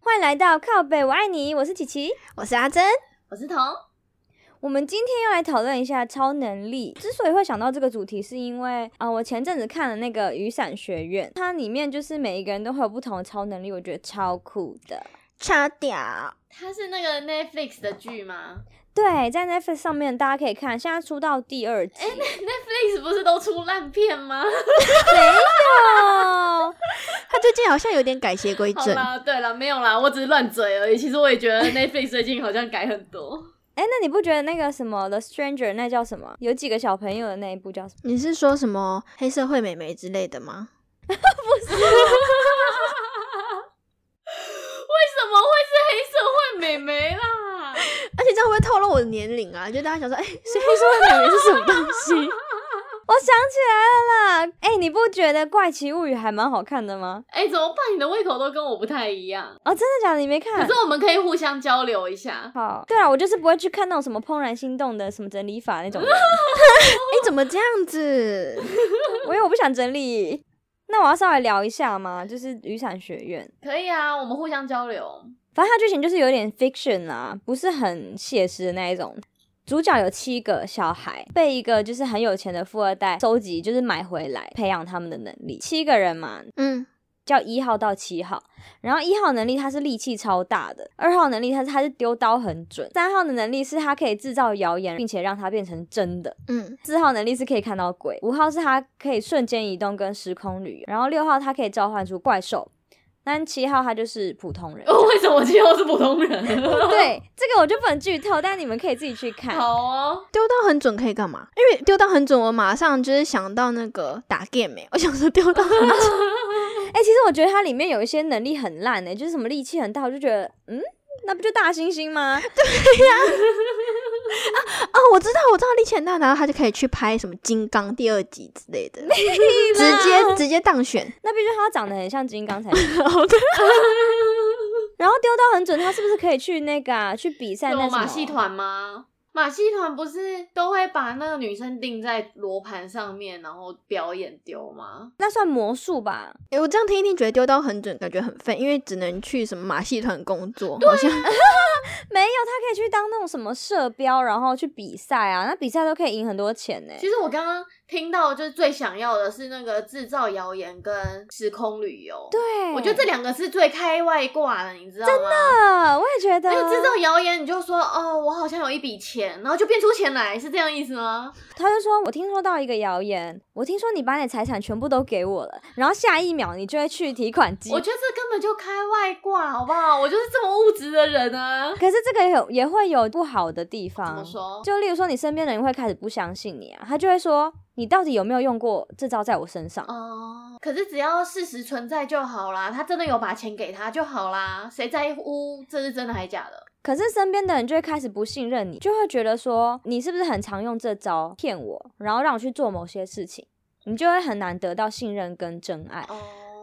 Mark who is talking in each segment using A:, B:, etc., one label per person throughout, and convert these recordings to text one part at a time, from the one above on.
A: 欢迎来到靠北，我爱你，我是琪琪。
B: 我是阿珍，
C: 我是彤，
A: 我们今天要来讨论一下超能力。之所以会想到这个主题，是因为啊、呃我前阵子看了那个雨伞学院，它里面就是每一个人都会有不同的超能力，我觉得超酷的。
B: 差屌，
C: 它是那个 Netflix 的剧吗
A: 对，在 Netflix 上面大家可以看，现在出到第二 集。
C: ？Netflix 不是都出烂片吗？
A: 哦，
B: 他最近好像有点改邪归
C: 好
B: 正，
C: 啦，对啦，没有啦，我只是乱嘴而已。其实我也 觉得 Netflix 最近好像改很多。
A: 哎，那你不觉得那个什么《The Stranger》那叫什么？有几个小朋友的那一部叫什么？
B: 你是说什么黑社会美眉之类的吗？
C: 为什么会是黑社会美眉啦？
B: 而且这样会不会透露我的年龄啊？就大家想说，哎、所以黑社会美眉是什么东西？
A: 我想起来了啦！哎，你不觉得《怪奇物语》还蛮好看的吗？
C: 哎、怎么办？你的胃口都跟我不太一 样。
A: 哦，真的假的？你没看？
C: 可是我们可以互相交流一下。
A: 好，对啊，我就是不会去看那种什么怦然心动的 什么整理法那种人，
B: 哎、怎么这样子？
A: 我因为我不想整理。那我要稍微聊一下嘛，就是雨伞学院，
C: 可以啊，我们互相交流。
A: 反正它剧情就是有点 fiction 啦，不是很写实的那一种。主角有七个小孩，被一个就是很有钱的富二代收集，就是买回来培养他们的能力。七个人嘛，
B: 嗯，
A: 叫一号到七号，然后一号能力他是力气超大的，二号能力他是他是丢刀很准，三号的能力是他可以制造谣言，并且让它变成真的。
B: 嗯，
A: 四号能力是可以看到鬼，五号是他可以瞬间移动跟时空旅游，然后六号他可以召唤出怪兽，但七号他就是普通人。
C: 为什么今天我是普通人？
A: 对，这个我就不能剧透，但你们可以自己去看。
C: 好哦，
B: 丢到很准可以干嘛？因为丢到很准，我马上就是想到那个打 game 欸我想说丢到很 准，
A: 哎、其实我觉得它里面有一些能力很烂呢、欸就是什么力气很大，我就觉得，嗯，那不就大猩猩吗？
B: 哦，我知道，我知道力气很大，然后他就可以去拍什么《金刚》第二集之类 的，直接直接当选。
A: 那必须他长得很像金刚才行。
B: 好的，
A: 然后丢到很准，他是不是可以去那个、啊、去比赛
C: 有
A: 那什
C: 马
A: 么
C: 戏？团吗？马戏团不是都会把那个女生钉在罗盘上面，然后表演丢吗？
A: 那算魔术吧？
B: 欸我这样听一定觉得丢到很准，感觉很废，因为只能去什么马戏团工作，好像
A: 啊没有，他可以去当那种什么射标，然后去比赛啊，那比赛都可以赢很多钱欸呢、
C: 其实我刚刚听到，就是最想要的是那个制造谣言跟时空旅游。
A: 对，
C: 我觉得这两个是最开外挂的，你知道吗？
A: 个我也觉得，
C: 那个制造谣言，你就说哦，我好像有一笔钱，然后就变出钱来，是这样意思吗？
A: 他就说：“我听说到一个谣言，我听说你把你的财产全部都给我了，然后下一秒你就会去提款机。”
C: 我觉得这根本就开外挂，好不好？我就是这么物质的人啊。
A: 可是这个有也会有不好的地方，
C: 怎么说
A: 就例如说，你身边的人会开始不相信你啊，他就会说你到底有没有用过这招在我身上？
C: 哦，可是只要事实存在就好啦，他真的有把钱给他就好啦，谁在乎这是真的还是假的？
A: 可是身边的人就会开始不信任你，就会觉得说你是不是很常用这招骗我，然后让我去做某些事情，你就会很难得到信任跟真爱。
C: 哦，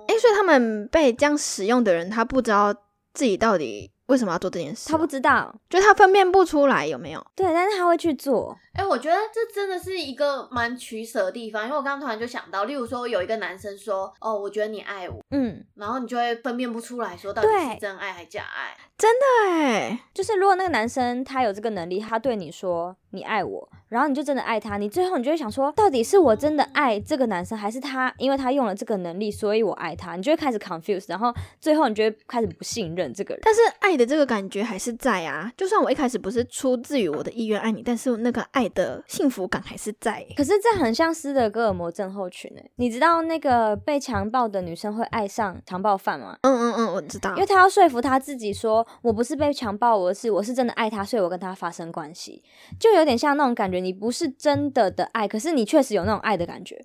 B: 哎、所以他们被这样使用的人，他不知道自己到底为什么要做这件
C: 哦
B: 事啊，
A: 他不知道，
B: 就他分辨不出来有没有？
A: 对，但是他会去做。
C: 哎、我觉得这真的是一个蛮取舍的地方，因为我刚刚突然就想到，例如说有一个男生说，哦，我觉得你爱我，
A: 嗯，
C: 然后你就会分辨不出来说到底
A: 对
C: 是真爱还是假爱。
B: 对，
A: 就是如果那个男生他有这个能力，他对你说你爱我，然后你就真的爱他，你最后你就会想说，到底是我真的爱这个男生，还是他因为他用了这个能力，所以我爱他？你就会开始 confuse，然后最后你就会开始不信任这个人。
B: 但是爱的这个感觉还是在啊，就算我一开始不是出自于我的意愿爱你，但是那个爱的幸福感还是在欸、
A: 可是这很像斯德哥尔摩症候群诶、你知道那个被强暴的女生会爱上强暴犯吗？
B: 嗯嗯嗯，我知道
A: 因，为她要说服她自己说，我不是被强暴，我是我是真的爱他，所以我跟他发生关系，就有点像那种感觉，你不是真的的爱，可是你确实有那种爱的感觉。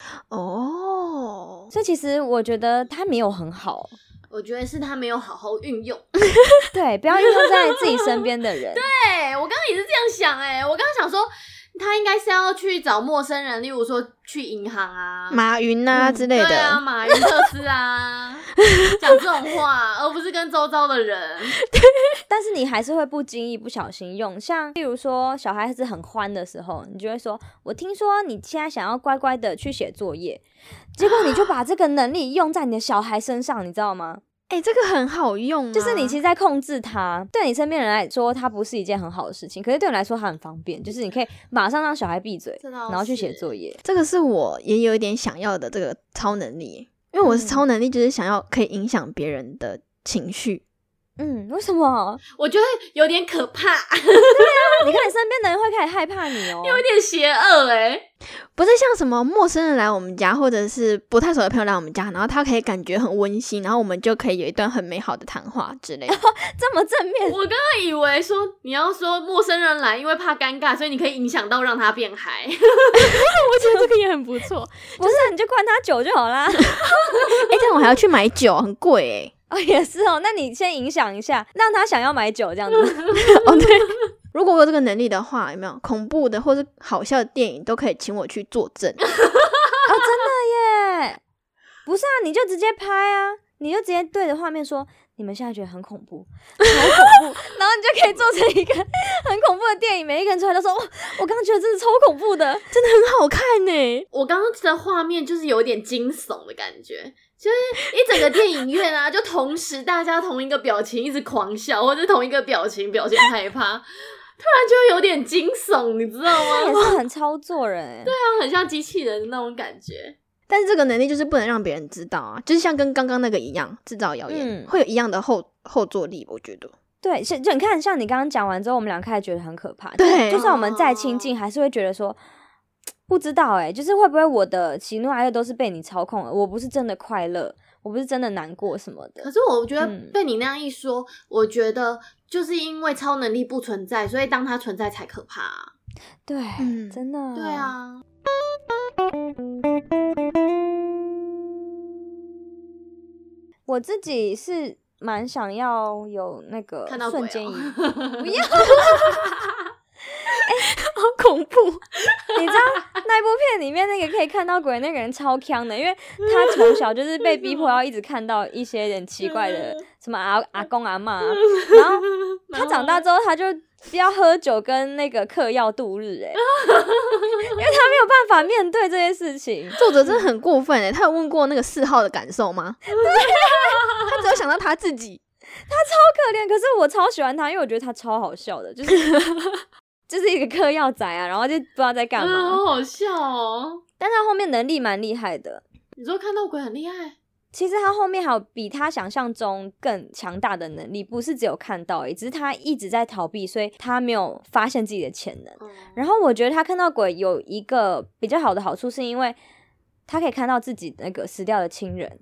B: 哦，
A: 所以其实我觉得他没有很好，
C: 我觉得是他没有好好运 用。
A: 对，不要运用在自己身边的人。
C: 哎、我刚刚也是这样想、哎，我刚刚想说，他应该是要去找陌生人，例如说去银行啊。
B: 马云啊
C: 嗯
B: 之类
C: 对啊，
B: 的，
C: 马云特 斯啊，讲这种话，而不是跟周遭的人。
A: 但是你还是会不经意、不小心用，像例如说小孩子很欢的时候，你就会说：“我听说你现在想要乖乖的去写作业。”结果你就把这个能力用在你的小孩身上，你知道吗？
B: 哎、哎、这个很好用、啊，
A: 就是你其实在控制它，对你身边人来说，它不是一件很好的事情，可是对你来说，它很方便，就是你可以马上让小孩闭嘴，
C: 这倒
A: 然后去写
C: 是
A: 作业。
B: 这个是我也有一点想要的这个超能力，因为我是
A: 嗯
B: 超能力，就是想要可以影响别人的情绪。
A: 嗯，为什么？
C: 我觉得有点可怕，
A: 你看你身边的人会开始害怕你哦，
C: 有点邪恶哎、
B: 不是像什么陌生人来我们家，或者是不太熟的朋友来我们家，然后他可以感觉很温馨，然后我们就可以有一段很美好的谈话之类的。
A: 这么正面。
C: 我刚刚以为说你要说陌生人来，因为怕尴尬，所以你可以影响到让他变嗨。
B: 我觉得这个也很不错。
A: 不是啊，你就灌他酒就好啦。
B: 哎、但我还要去买酒，很贵 哎、
A: 哦，也是哦，那你先影响一下，让他想要买酒这样 子。
B: 哦，对，如果我有这个能力的话，有没有恐怖的或是好笑的电影都可以请我去作证？
A: 耶，不是啊，你就直接拍啊，你就直接对着画面说，你们现在觉得很恐怖，好 恐怖，然后你就可以做成一个 很恐怖的电影，每一个人出来都说，哇，我刚刚觉得真是超恐怖的。
B: 真的很好看呢、
C: 我刚刚的画面就是有点惊悚的感觉，就是一整个电影院啊，就同时大家同一个表情一直狂笑，或者同一个表情表现害怕，突然就有点惊悚，你知道
A: 也
C: 吗？
A: 是很操作人、欸，对啊，
C: 它很像机器人的那种感觉。
B: 但是这个能力就是不能让别人知道啊，就是像跟刚刚那个一样，制造谣言、
A: 嗯
B: 会有一样的后后坐力，我觉得。
A: 对，是就你看，像你刚刚讲完之后，我们俩开始觉得很可怕，
B: 对
A: 就算我们再亲
C: 哦
A: 近，还是会觉得说。不知道哎、就是会不会我的喜怒哀乐都是被你操控了？我不是真的快乐，我不是真的难过什么的
C: 可。是我觉得
A: 嗯
C: 被你那样一说，我觉得就是因为超能力不存在，所以当它存在才可怕、啊。
A: 对，
B: 嗯
A: 真的。
C: 对，啊，
A: 我自己是蛮想要有那个
C: 看到鬼、
A: 瞬
C: 哦
A: 间移，
C: 不
A: 要哎
B: 好恐怖！
A: 你知道那部片里面那个可以看到鬼那个人超强的，因为他从小就是被逼迫要一直看到一些很奇怪的
C: 嗯
A: 什么阿阿公阿 妈，然后他长大之后他就要喝酒跟那个嗑药度日、 欸，哎，因为他没有办法面对这些事情。
B: 作者真的很过分哎、他有问过那个四号的感受 吗？ 他只有想到他自己。
A: 可怜，可是我超喜欢他，因为我觉得他超好笑的，就是就是一个嗑药仔啊，然后就不知道在干
C: 嗯
A: 嘛。
C: 好好笑哦！
A: 但他后面能力蛮厉害的，
C: 你说看到鬼很厉害，
A: 其实他后面还有比他想象中更强大的能力，不是只有看到而已，只是他一直在逃避，所以他没有发现自己的潜能。
B: 嗯
A: 然后我觉得他看到鬼有一个比较好的好处，是因为他可以看到自己那个死掉的亲人。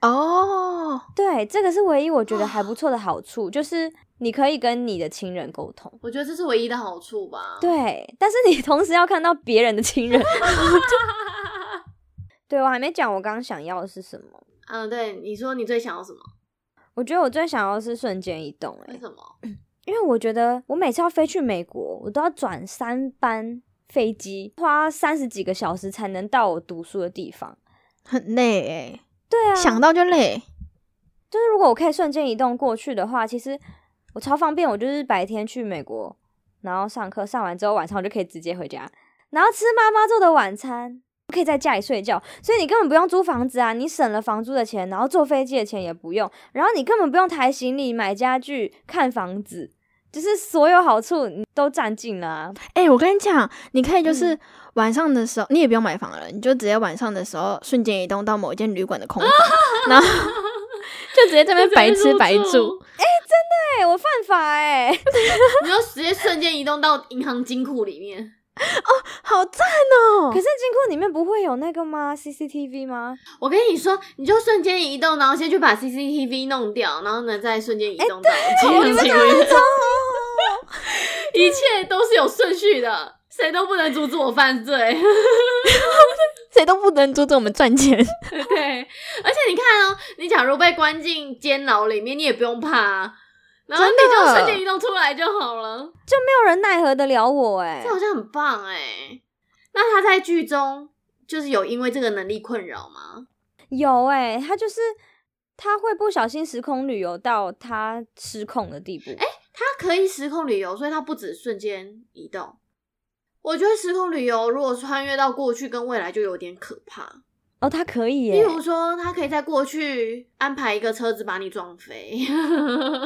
B: 哦，
A: 对，这个是唯一我觉得还不错的好处，就是你可以跟你的亲人沟通。
C: 我觉得这是唯一的好处吧。，
A: 对，但是你 同时要看到别人的亲人。 对，我还没讲我刚刚想要的是什么。
C: 嗯，对，你说你最想要什么？
A: 我觉得我最想要的是瞬间移动、欸，
C: 为什么？
A: 因为我觉得我每次要飞去美国，我都要转三班飞机，花三十几个小时才能到我读书的地方。
B: 很累哎、
A: 对啊，
B: 想到就累。
A: 就是如果我可以瞬间移动过去的话，其实我超方便。我就是白天去美国，然后上课上完之后，晚上我就可以直接回家，然后吃妈妈做的晚餐，我可以在家里睡觉。所以你根本不用租房子啊，你省了房租的钱，然后坐飞机的钱也不用，然后你根本不用抬行李、买家具、看房子，就是所有好处你都占尽了啊、
B: 哎、我跟你讲，你可以就是晚上的时候，你也不用买房了，你就直接晚上的时候瞬间移动到某一间旅馆的空房，然后 就直接在那边白吃白住。，
A: 对我犯法哎、
C: 你就直接瞬间移动到银行金库里面。
B: 好赞哦、
A: 可是金库里面不会有那个吗？CCTV 吗？
C: 我跟你说，你就瞬间移动，然后先去把 CCTV 弄掉，然后呢再瞬间移动到金
A: 你
C: 融
A: 们
C: 金库。 一切都是有顺序的，谁都不能阻止我犯罪。
B: 谁都不能阻止我们赚钱。
C: 对，而且你看哦，你假如被关进监牢里面，你也不用怕、啊，然后你
B: 真的
C: 就瞬间移动出来就好了，
A: 没有人奈何得了我哎、
C: 这好像很棒哎、那他在剧中就是有因为这个能力困扰吗？
A: 有哎、他就是他会不小心时空旅游到他失控的地步。哎、
C: 他可以时空旅游，所以他不止瞬间移动。我觉得时空旅游如果穿越到过去跟未来就有点可怕，
A: 哦，他可以
C: 例
A: 耶，
C: 如说，他可以在过去安排一个车子把你撞飞，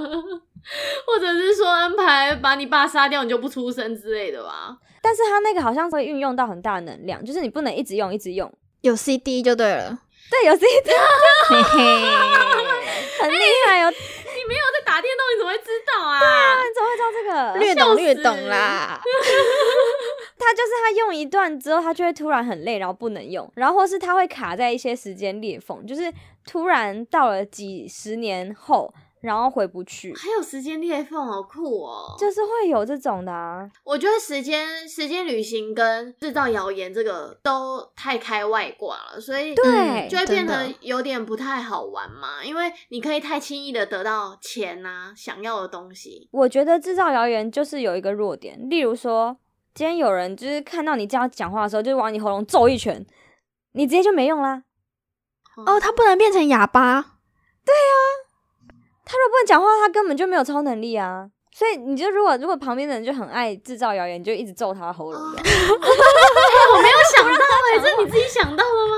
C: 或者是说安排把你爸杀掉，你就不出声之类的吧。
A: 但是他那个好像会运用到很大的能量，就是你不能一直用一直用。
B: 有 CD 就对了，
A: 对，有这一点
B: 嘿嘿。
A: 很厉害哦，
C: 你没有在打电动，你怎么会知道啊？
A: 你怎么会知道这个？
B: 略懂略
C: 死
B: 懂啦。
A: 他就是他用一段之后，他就会突然很累，然后不能用，然后或是他会卡在一些时间裂缝，就是突然到了几十年后，然后回不去，
C: 还有时间裂缝，好酷哦！
A: 就是会有这种的啊。
C: 我觉得时间、时间旅行跟制造谣言这个都太开外挂了，所以
A: 对
C: 就会变
B: 嗯真的
C: 得有点不太好玩嘛。因为你可以太轻易的得到钱啊，想要的东西。
A: 我觉得制造谣言就是有一个弱点，例如说，今天有人就是看到你这样讲话的时候，就往你喉咙揍一拳，你直接就没用啦。
B: 哦，他不能变成哑巴，
A: 他如果不能讲话，他根本就没有超能力啊。所以你就如果如果旁边的人就很爱制造谣言，你就一直揍他喉咙
C: 哦，
A: 这
C: 哎、
A: 样。
C: 我没有想到哎、这你自己想到了吗？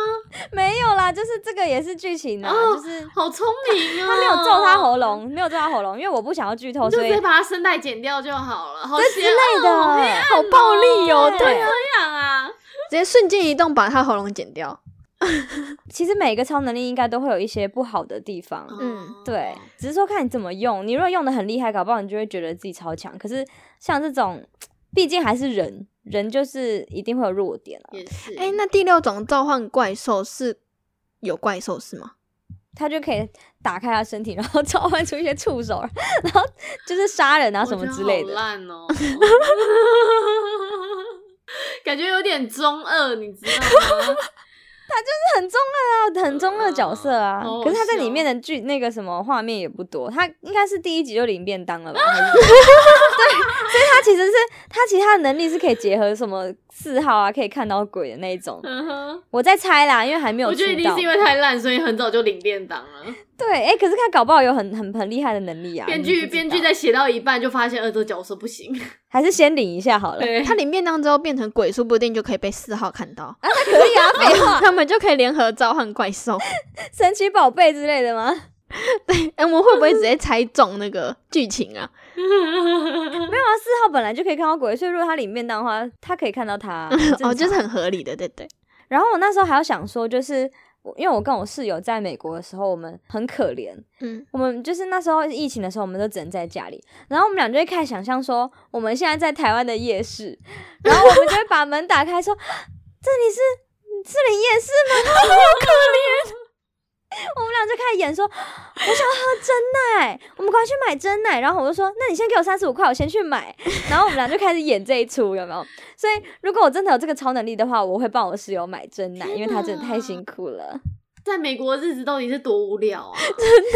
A: 没有啦，就是这个也是剧情啊，
C: 哦
A: 就是
C: 好聪明啊！
A: 他没有揍他喉咙，没有揍他喉咙，因为我不想要剧透，
C: 你就
A: 所
C: 直
A: 以
C: 接把他声带剪掉就好了，好
A: 这之
C: 邪
A: 类
C: 恶
A: 的，
C: 哦，好黑暗
A: 好暴力哦
C: 哦
A: 对啊，
C: 这样啊。
B: 直接瞬间移动把他喉咙剪掉。
A: 其实每个超能力应该都会有一些不好的地方，
B: 嗯
C: 哦
A: 对，只是说看你怎么用。你如果用的很厉害，搞不好你就会觉得自己超强。可是像这种，毕竟还是人，人就是一定会有弱点啊。
C: 也是。
B: 哎、那第六种召唤怪兽是有怪兽是吗？
A: 他就可以打开他身体，然后 召唤出一些触手，然后就是杀人啊
C: 我
A: 什么
C: 觉得
A: 之类
C: 好
A: 的。
C: 烂哦， 感觉有点中二，你知道吗？
A: 这很中二啊，很中二角色啊。
C: 好好
A: 可是他在
C: 笑
A: 里面的剧那个什么画面也不多，他应该是第一集就领便当了 吧？还是 对，所以他其实是他其他的能力是可以结合什么四号啊，可以看到鬼的那一种。
C: 嗯哼
A: 我在猜啦，因为还 没有
C: 我
A: 出
C: 觉得一定
A: 道
C: 是。因为太烂，所以很早就领便当了。
A: 对，哎、可是他搞不好有很很很厉害的能力啊。
C: 编
A: 你
C: 剧
A: 不知
C: 编
A: 道
C: 剧在写到一半就发现，呃，这角色不行。
A: 还是先领一下好了。
C: 对，
B: 他领便当之后变成鬼，说不定就可以被四号看到，
A: 啊，那可以啊，废话，
B: 他们就可以联合召唤怪 兽。
A: 神奇宝贝之类的吗？
B: 对，哎、我们会不会直接猜中那个剧情 啊？
A: 没有啊，四号本来就可以看到鬼，所以如果他领便当的话，他可以看到他 啊、很正
B: 哦，就
A: 常
B: 是很合理的，对对。
A: 然后我那时候还要想说，就是我因为我跟我室友在美国的时候，我们很可怜，
B: 嗯，
A: 我们就是那时候疫情的时候，我们都只能在家里。然后我们俩就会开始想象说，我们现在在台湾的夜市，然后我们就会把门打开说，这里是士林夜市吗？ 好可怜。 我们俩就开始演说，我想要喝真奶，我们快去买真奶。然后我就说，那你先给我三十五块，我先去买。然后我们俩就开始演这一出，有没有？所以如果我真的有这个超能力的话，我会帮我室友买真奶，因为他真的太辛苦了，
C: 在美国的日子到底是多无聊啊！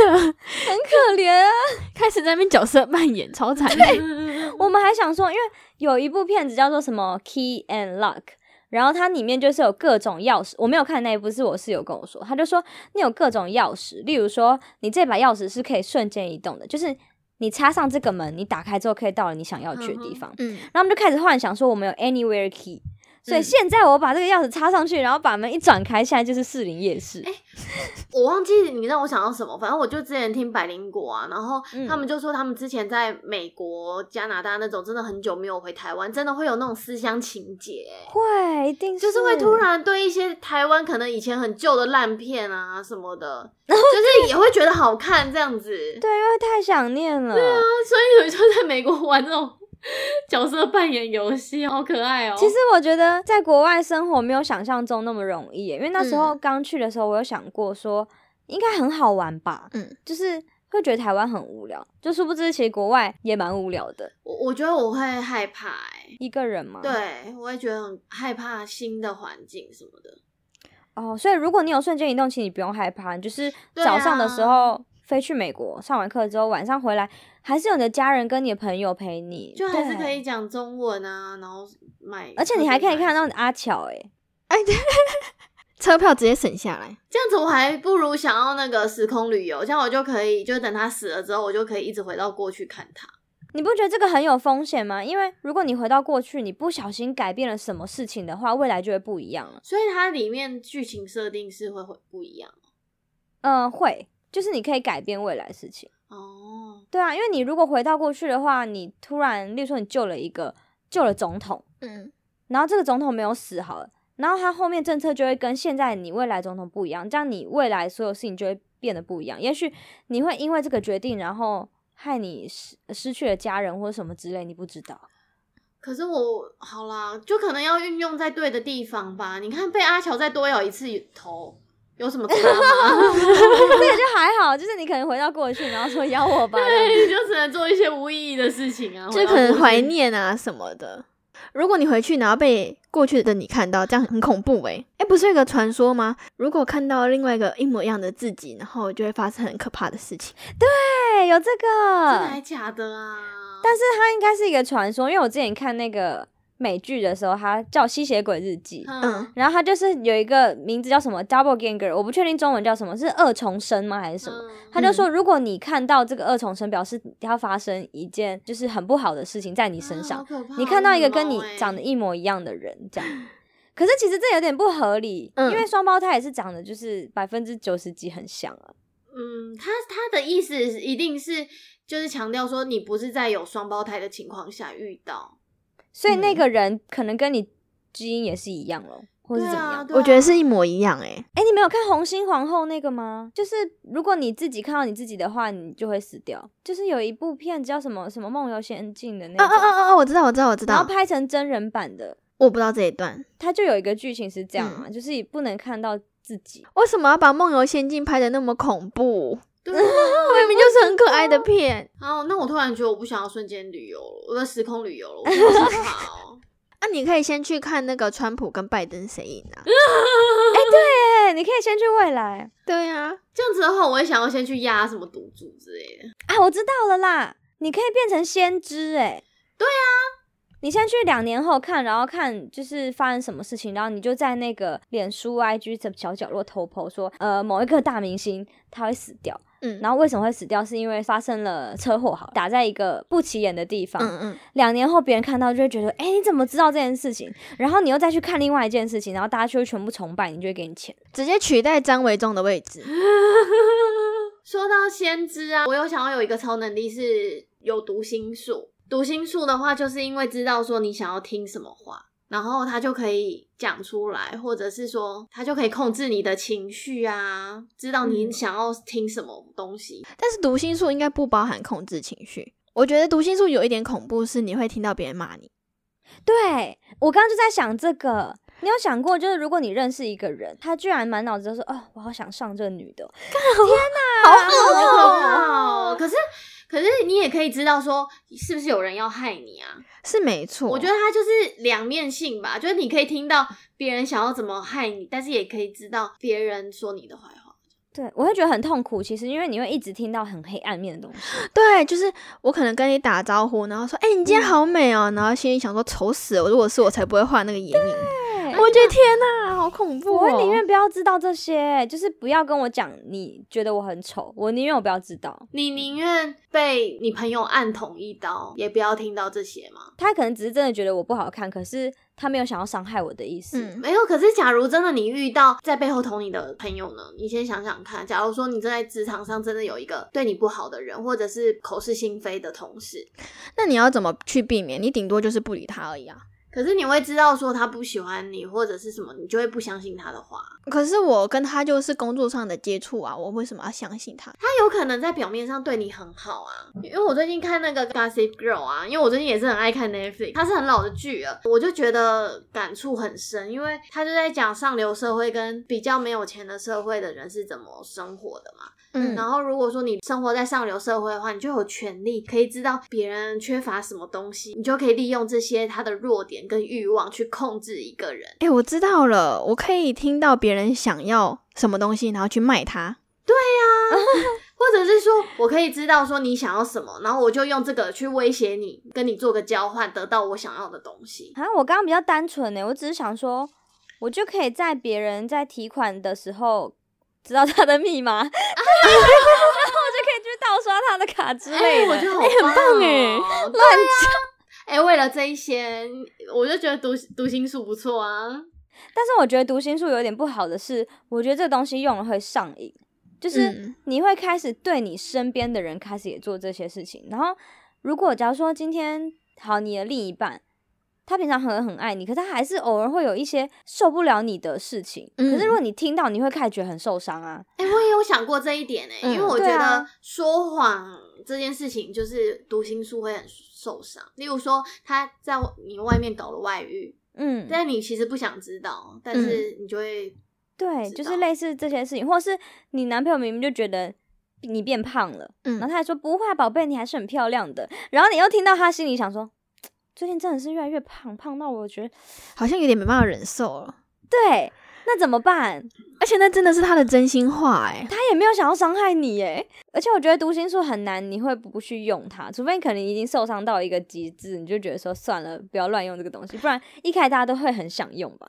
A: 很可怜啊。
B: 开始在那边角色扮演，超惨的。
A: 我们还想说，因为有一部片子叫做什么《Key and Lock》，然后它里面就是有各种钥匙。我没有看那一部，是我室友跟我说，他就说你有各种钥匙，例如说你这把钥匙是可以瞬间移动的，就是你插上这个门，你打开之后可以到了你想要去的地方。
B: 嗯，
A: 然后我们就开始幻想说我们有 Anywhere Key。所以
B: 嗯
A: 现在我把这个钥匙插上去，然后把门一转开，现在就是士林夜市。
C: 我忘记你让我想到什么，反正我就之前听百灵果啊，然后
A: 嗯
C: 他们就说他们之前在美国、加拿大那种真的很久没有回台湾，真的会有那种思乡情结、
A: 会，一定
C: 就是会突然对一些台湾可能以前很旧的烂片啊什么 的，就是也会觉得好看这样子。
A: 对，因为太想念了。
C: 啊，所以我就在美国玩这种角色扮演游戏，好可爱哦。
A: 其实我觉得在国外生活没有想象中那么容易耶，因为那时候
C: 嗯
A: 刚去的时候，我有想过说应该很好玩吧，
B: 嗯，
A: 就是会觉得台湾很无聊，就殊不知其实国外也蛮无聊的，
C: 我我觉得我会害怕、欸，
A: 一个人嘛。，
C: 对我会觉得很害怕新的环境什么的。
A: 哦，所以如果你有瞬间移动，其实你不用害怕，你就是
C: 对
A: 早上的时
C: 啊
A: 候飞去美国，上完课之后晚上回来，还是有你的家人跟你的朋友陪你，
C: 就还是可以
A: 对。
C: 讲中文啊，然后买，
A: 而且你还可以看到
C: 买
A: 阿巧诶，
B: 车票直接省下来。
C: 这样子，我还不如想要那个时空旅游，这样我就可以，就等他死了之后，我就可以一直回到过去看他。
A: 你不觉得这个很有风险吗？因为如果你回到过去，你不小心改变了什么事情的话，未来就会不一样了。
C: 所以它里面剧情设定是会会不一样
A: 嗯、会，就是你可以改变未来的事情。
C: 哦。
A: 对啊，因为你如果回到过去的话，你突然，例如说你救了一个救了总统，
B: 嗯，
A: 然后这个总统没有死好了，然后他后面政策就会跟现在你未来总统不一样，这样你未来所有事情就会变得不一样。也许你会因为这个决定，然后害你失失去了家人或者什么之类，你不知道。
C: 可是我好啦，就可能要运用在对的地方吧。你看，被阿乔再多咬一次头，有什么差吗？
A: 这个就还好，就是你可能回到过去，然后说咬我 吧。
C: 对，就只能做一些无意义的事情啊，
B: 就可能怀。念啊什么的。如果你回去，然后被过去的你看到，这样很恐怖诶、欸、诶、不是有一个传说吗？如果看到另外一个一模一样的自己，然后就会发生很可怕的事情。
A: 对，有这
C: 真
A: 个
C: 的，还假的啊？
A: 呃但是它应该是一个传说，因为我之前看那个美剧的时候，它叫《吸血鬼日记》。
C: 嗯，
A: 然后它就是有一个名字叫什么 double ganger，我不确定中文叫什么，是二重生吗还是什么？
C: 嗯
A: 他就说，如果你看到这个二重生，表示要发生一件就是很不好的事情在你
C: 你
A: 身上，你看到一个
C: 哦
A: 跟你
C: 哎
A: 长得一模一样的人，这样。可是其实这有点不合理，
B: 嗯
A: 因为双胞胎也是长得就是百分之九十几很像啊。
C: 嗯，他他的意思一定是就是强调说，你不是在有双胞胎的情况下遇到，
A: 所以
B: 嗯
A: 那个人可能跟你基因也是一样咯，或是
C: 对
A: 怎么样
C: 啊？？对
B: 我觉
C: 啊
B: 得是一模一样诶、欸
A: 哎、你没有看《红心皇后》那个吗？就是如果你自己看到你自己的话，你就会死掉。就是有一部片叫什么什么《梦游仙境》的
B: 哦
A: 那
B: 哦
A: 种，
B: 哦哦哦，我知道，我知道，我知
A: 然后
B: 道。
A: 拍成真人版的，
B: 我不知道这一段，
A: 它就有一个剧情是这样
B: 嗯
A: 啊，就是你不能看到自己。
B: 为什么要把《梦游仙境》拍的那么恐怖？
C: 对啊。
B: 明明就是很可爱的片。
C: 哦，那我突然觉得我不想要瞬间旅游了，我在时空旅游了，我觉得好可怕哦。
B: 那、啊你可以先去看那个川普跟拜登谁赢
A: 嗯
B: 啊？
A: 对，你可以先去未来
B: 对呀、啊，
C: 这样子的话，我也想要先去压什么赌注之类的。
A: 啊，我知道了啦，你可以变成先知哎、
C: 对
A: 啊，你先去两年后看，然后看就是发生什么事情，然后你就在那个脸书、IG 什么小角落偷剖说，呃，某一个大明星他会死掉。
B: 嗯，
A: 然后为什么会死掉？是因为发生了车祸，好，打在一个不起眼的地方。
B: 嗯嗯，
A: 两年后，别人看到就会觉得，哎，你怎么知道这件事情？然后你又再去看另外一件事情，然后大家就会全部崇拜你，就会给你钱。
B: 直接取代张维忠的位置。
C: 说到先知啊，我有想要有一个超能力是有读心术。读心术的话，就是因为知道说你想要听什么话，然后他就可以讲出来，或者是说他就可以控制你的情绪啊，知道你
A: 嗯
C: 想要听什么东西。
B: 但是读心术应该不包含控制情绪。我觉得读心术有一点恐怖，是你会听到别人骂你。
A: 对我刚刚就在想这个，你有想过，就是如果你认识一个人，他居然满脑子都说，哦，我好想上这个女的，
B: 好
C: 好
B: 恶
C: 可怕哦！可是，可是你也可以知道说是不是有人要害你啊？
B: 是没错，
C: 我觉得它就是两面性吧，就是你可以听到别人想要怎么害你，但是也可以知道别人说你的坏话。
A: 对我会觉得很痛苦。其实因为你会一直听到很黑暗面的东西，
B: 对，就是我可能跟你打招呼，然后说：“哎、你今天好美哦。然后心里想说：“丑死了！如果是我，才不会画那个眼影。”我觉得天哪，好恐怖、
A: 我
B: 哦！
A: 会宁愿不要知道这些，欸就是不要跟我讲你觉得我很丑，我宁愿我不要知道。
C: 你宁愿被你朋友按捅一刀，也不要听到这些吗？
A: 他可能只是真的觉得我不好看，可是他没有想要伤害我的意思。
B: 嗯，
C: 没有，可是假如真的你遇到在背后捅你的朋友呢？你先想想看，假如说你正在职场上真的有一个对你不好的人，或者是口是心非的同事，
B: 那你要怎么去避免？你顶多就是不理他而已啊。
C: 可是你会知道说他不喜欢你或者是什么，你就会不相信他的话。
B: 可是我跟他就是工作上的接触啊，我为什么要相信他？
C: 他有可能在表面上对你很好啊，因为我最近看那个《Gossip Girl》啊，因为我最近也是很爱看 Netflix，它是很老的剧了，我就觉得感触很深，因为他就在讲上流社会跟比较没有钱的社会的人是怎么生活的嘛。
B: 嗯，
C: 然后如果说你生活在上流社会的话，你就有权利可以知道别人缺乏什么东西，你就可以利用这些他的弱点跟欲望去控制一个人。
B: 哎、我知道了，我可以听到别人想要什么东西，然后去卖它。
C: 或者是说我可以知道说你想要什么，然后我就用这个去威胁你，跟你做个交换，得到我想要的东西。
A: 啊，我刚刚比较单纯欸呢、我只是想说，我就可以在别人在提款的时候知道他的密码，然后我就可以去大盗刷他的卡之类
C: 哎、
A: 的。
C: 我觉得好棒、哦
B: 棒哎
C: 乱讲。哎、为了这一些，我就觉得读读心术不错啊。
A: 但是我觉得读心术有点不好的是，我觉得这个东西用了会上瘾，就是
B: 嗯
A: 你会开始对你身边的人开始也做这些事情。然后，如果假如说今天好，你的另一半他平常很很爱你，可他还是偶尔会有一些受不了你的事情。
B: 嗯
A: 可是如果你听到，你会开始觉得很受伤啊。
C: 哎、我也有想过这一点哎、
B: 嗯
C: 因为我觉
A: 对
C: 得
A: 啊
C: 说谎这件事情，就是读心术会很受伤。例如说，他在你外面搞了外遇，
A: 嗯，
C: 但你其实不想知道，但是你就会，
A: 对，
C: 知
A: 就
C: 道
A: 是类似这些事情，或是你男朋友明明就觉得你变胖了，
B: 嗯
A: 然后他还说不会啊，宝贝，你还是很漂亮的。然后你又听到他心里想说，最近真的是越来越胖，胖到我觉得
B: 好像有点没办法忍受了。
A: 对，那怎么办？
B: 而且那真的是他的真心话哎、
A: 他也没有想要伤害你耶。而且我觉得读心术很难，你会不去用它，除非你可能已经受伤到一个极致，你就觉得说算了，不要乱用这个东西，不然一开始大家都会很想用吧。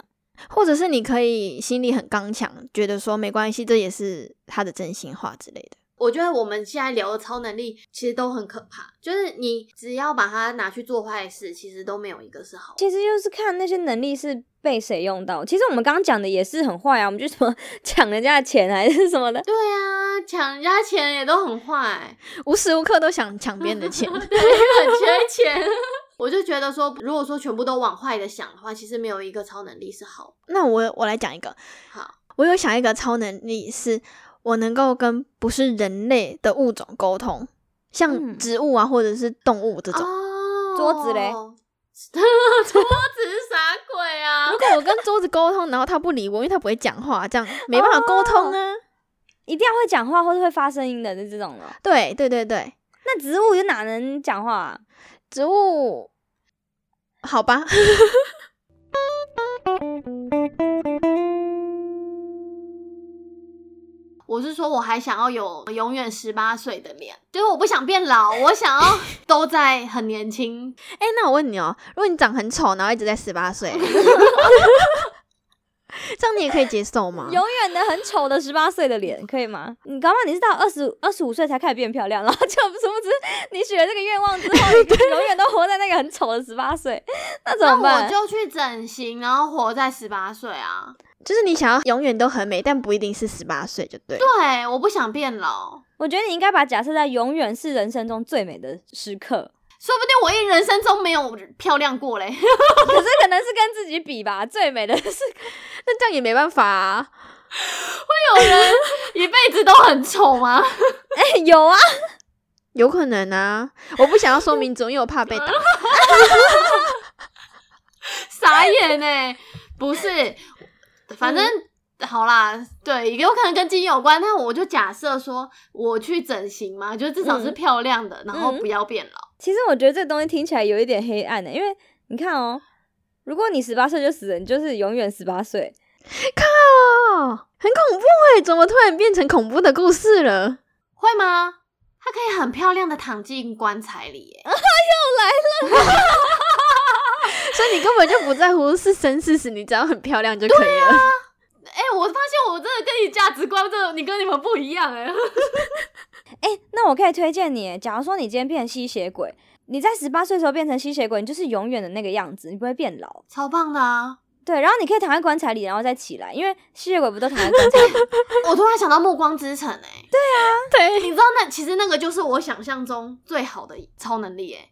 B: 或者是你可以心里很刚强，觉得说没关系，这也是他的真心话之类的。
C: 我觉得我们现在聊的超能力其实都很可怕，就是你只要把它拿去做坏事，其实都没有一个是好的。
A: 其实就是看那些能力是被谁用到。其实我们刚刚讲的也是很坏啊，我们就什么 抢人家的钱还是什么的。
C: 对啊，抢人家钱也都很坏，
B: 无时无刻都想抢别人的钱，
C: 对，很缺钱。 我就觉得说，如果说全部都往坏的想的话，其实没有一个超能力是好的。
B: 那我我来讲一个，
C: 好，
B: 我有想一个超能力，是我能够跟不是人类的物种沟通，像
A: 嗯
B: 植物啊，或者是动物这种。
C: 哦
A: 桌子嘞
C: 桌子是啥鬼啊
B: 如？果我跟桌子沟通，然后它不理我，因为它不会讲话，这样没办法沟通
C: 哦
B: 啊。
A: 一定要会讲话或者会发声音的这种了。
B: 对对对对，
A: 那植物又哪能讲话、啊？
B: 植物，好吧，
C: 我是说，我还想要有永远十八岁的脸，就是我不想变老，我想要都在很年轻。
B: 哎、那我问你哦，如果你长很丑，然后一直在十八 岁，这样你也可以接受吗？
A: 永远的很丑的十八岁的脸，可以吗？你搞不好你是到二十二十五岁才开始变漂亮，然后 就殊不知你许了这个愿望之后，你永远都活在那个很丑的十八岁， 那怎
C: 那
A: 么办？
C: 我就去整形，然后活在十八岁啊！
B: 就是你想要永远都很美，但不一定是十八岁就对了。啊
C: 对，我不想变老，
A: 我觉得你应该把假设在永远是人生中最美的时刻，
C: 说不定我一人生中没有漂亮过嘞。
A: 可是可能是跟自己比吧，最美的是
B: 那这样也没办法啊。
C: 有人一辈子都很丑啊 吗？
A: 哎、有啊，
B: 有可能啊，我不想要说民族，因为我怕 被打。
C: 傻眼呢、欸嗯不是，反正、好啦，对，有可能跟基因有关，但我就假设说我去整形嘛，就至少是漂亮的，然后不要变老。
A: 其实我觉得这东西听起来有一点黑暗的、欸因为你看哦，如果你十八岁就死了，你就是永远十八岁。
B: 哦，很恐怖哎、怎么突然变成恐怖的故事了？
C: 会吗？她可以很漂亮的躺进棺材里耶、
B: 所以你根本就不在乎是生是死，你只要很漂亮就可以了。
C: 哎、我发现我真的跟你价值观，真的你跟你们不一样哎、
A: 哎、那我可以推荐你，欸假如说你今天变成吸血鬼，你在十八岁的时候变成吸血鬼，你就是永远的那个样子，你不会变老。
C: 超棒的啊！
A: 对，然后你可以躺在棺材里，然后再起来，因为吸血鬼不都躺在棺材里？
C: 我突然想到《暮光之城》哎，
B: 对，
C: 你知道那其实那个就是我想象中最好的超能力哎，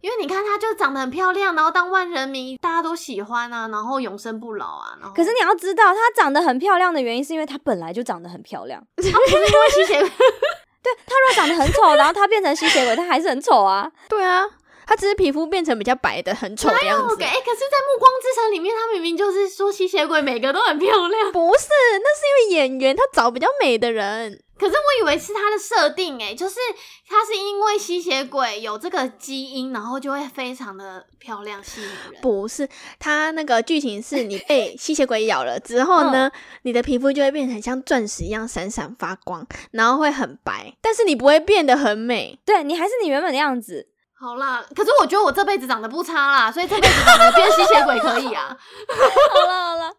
C: 因为你看她就长得很漂亮，然后当万人迷，大家都喜欢啊，然后永生不老啊，然 后
A: 可是你要知道，她长得很漂亮的原因是因为她本来就长得很漂 亮。
C: 她哦不是因为吸 血鬼，
A: 她如果长得很丑，然后她变成吸血鬼，她还是很丑啊。
B: 对啊，他只是皮肤变成比较白的，很丑的样子。
C: 哎、可是，在《暮光之城》里面，她明明就是说吸血鬼每个都很漂亮，
B: 不是，那是因为演员他找比较美的人。
C: 可是我以为是她的设定哎，就是她是因为吸血鬼有这个基因，然后就会非常的漂亮吸引人。
B: 不是，他那个剧情是你被吸血鬼咬了之后呢，你的皮肤就会变成像钻石一样闪闪发光，然后会很白，但是你不会变得很美。
A: 对你还是你原本的样子，
C: 好啦，可是我觉得我这辈子长得不差啦，所以这辈子长得变吸血鬼可以啊。
A: 好了好了，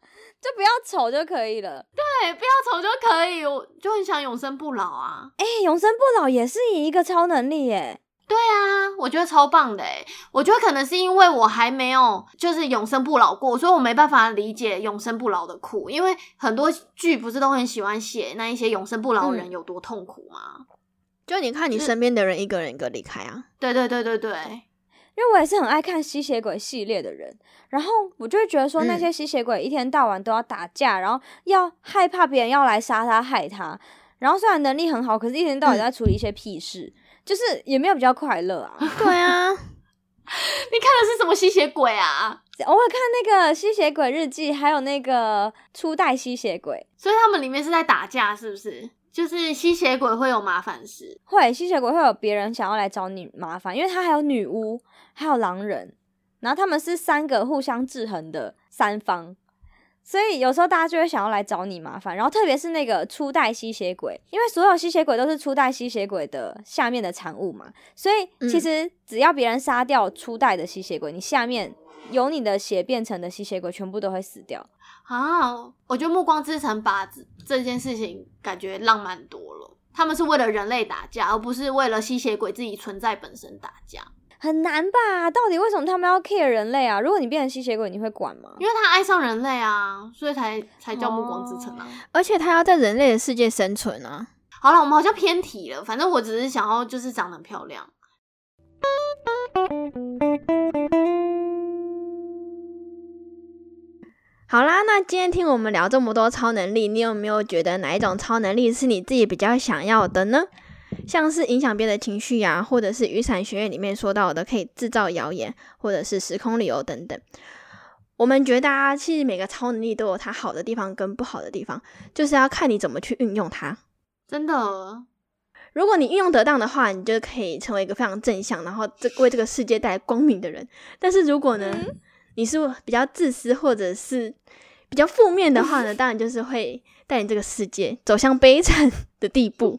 A: 就不要丑就可以了。
C: 对，不要丑就可以，我就很想永生不老啊。
A: 哎、永生不老也是一个超能力耶。
C: 对啊，我觉得超棒的诶我觉得可能是因为我还没有就是永生不老过，所以我没办法理解永生不老的苦。因为很多剧不是都很喜欢写那一些永生不老的人
A: 嗯
C: 有多痛苦吗？
B: 就你看你身边的人一个人一个离开啊，
C: 对对对对对，
A: 因为我也是很爱看吸血鬼系列的人，然后我就会觉得说，
B: 嗯
A: 那些吸血鬼一天到晚都要打架，然后要害怕别人要来杀他害他，然后虽然能力很好，可是一天到晚
B: 嗯
A: 在处理一些屁事，就是也没有比较快乐啊。
B: 对啊，
C: 你看的是什么吸血鬼啊？
A: 我有看那个《吸血鬼日记》，还有那个初代吸血鬼，
C: 所以他们里面是在打架，是不是？就是吸血鬼会有麻烦事，
A: 会吸血鬼会有别人想要来找你麻烦，因为他还有女巫，还有狼人，然后他们是三个互相制衡的三方，所以有时候大家就会想要来找你麻烦。然后特别是那个初代吸血鬼，因为所有吸血鬼都是初代吸血鬼的下面的产物嘛，所以其
B: 嗯
A: 实只要别人杀掉初代的吸血鬼，你下面由你的血变成的吸血鬼全部都会死掉。
C: 啊，我觉得《暮光之城》把这这件事情感觉浪漫多了。他们是为了人类打架，而不是为了吸血鬼自己存在本身打架。
A: 很难吧？到底为什么他们要 care 人类啊？如果你变成吸血鬼，你会管吗？
C: 因为他爱上人类啊，所以才才叫《暮光之城》啊。
B: 而且他要在人类的世界生存啊。
C: 好了，我们好像偏题了，反正我只是想要就是长得很漂亮。
B: 好啦，那今天听我们聊这么多超能力，你有没有觉得哪一种超能力是你自己比较想要的呢？像是影响别人的情绪呀、或者是雨伞学院里面说到的可以制造谣言，或者是时空旅游等等。我们觉得啊，其实每个超能力都有它好的地方跟不好的地方，就是要看你怎么去运用它。
C: 真的，
B: 如果你运用得当的话，你就可以成为一个非常正向，然后这为这个世界带来光明的人。但是如果呢，你是比较自私或者是比较负面的话呢，当然就是会带领这个世界走向悲惨的地步。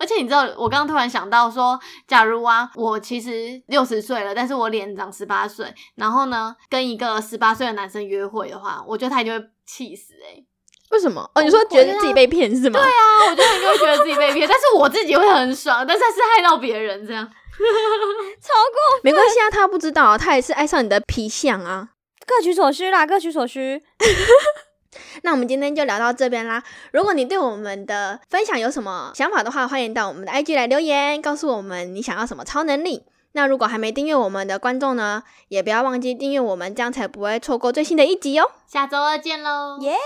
C: 而且你知道，我刚刚突然想到说，假如啊，我其实六十岁了，但是我脸长十八岁，然后呢，跟一个十八岁的男生约会的话，我觉得他一定会气死哎、欸。
B: 为什么？哦，你说觉得自己被骗是吗？对啊，
C: 啊，我觉得他一定会觉得自己被骗，但是我自己会很爽，但是他是害到别人这样。
A: 超过
B: 没关系啊，他不知道啊，他也是爱上你的皮相啊。
A: 各取所需啦，各取所需。
B: 那我们今天就聊到这边啦。如果你对我们的分享有什么想法的话，欢迎到我们的 IG 来留言，告诉我们你想要什么超能力。那如果还没订阅我们的观众呢，也不要忘记订阅我们，这样才不会错过最新的一集哦。
C: 下周二见喽，
A: 耶、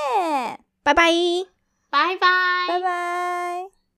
B: 拜拜。
C: 拜拜，
A: 拜拜。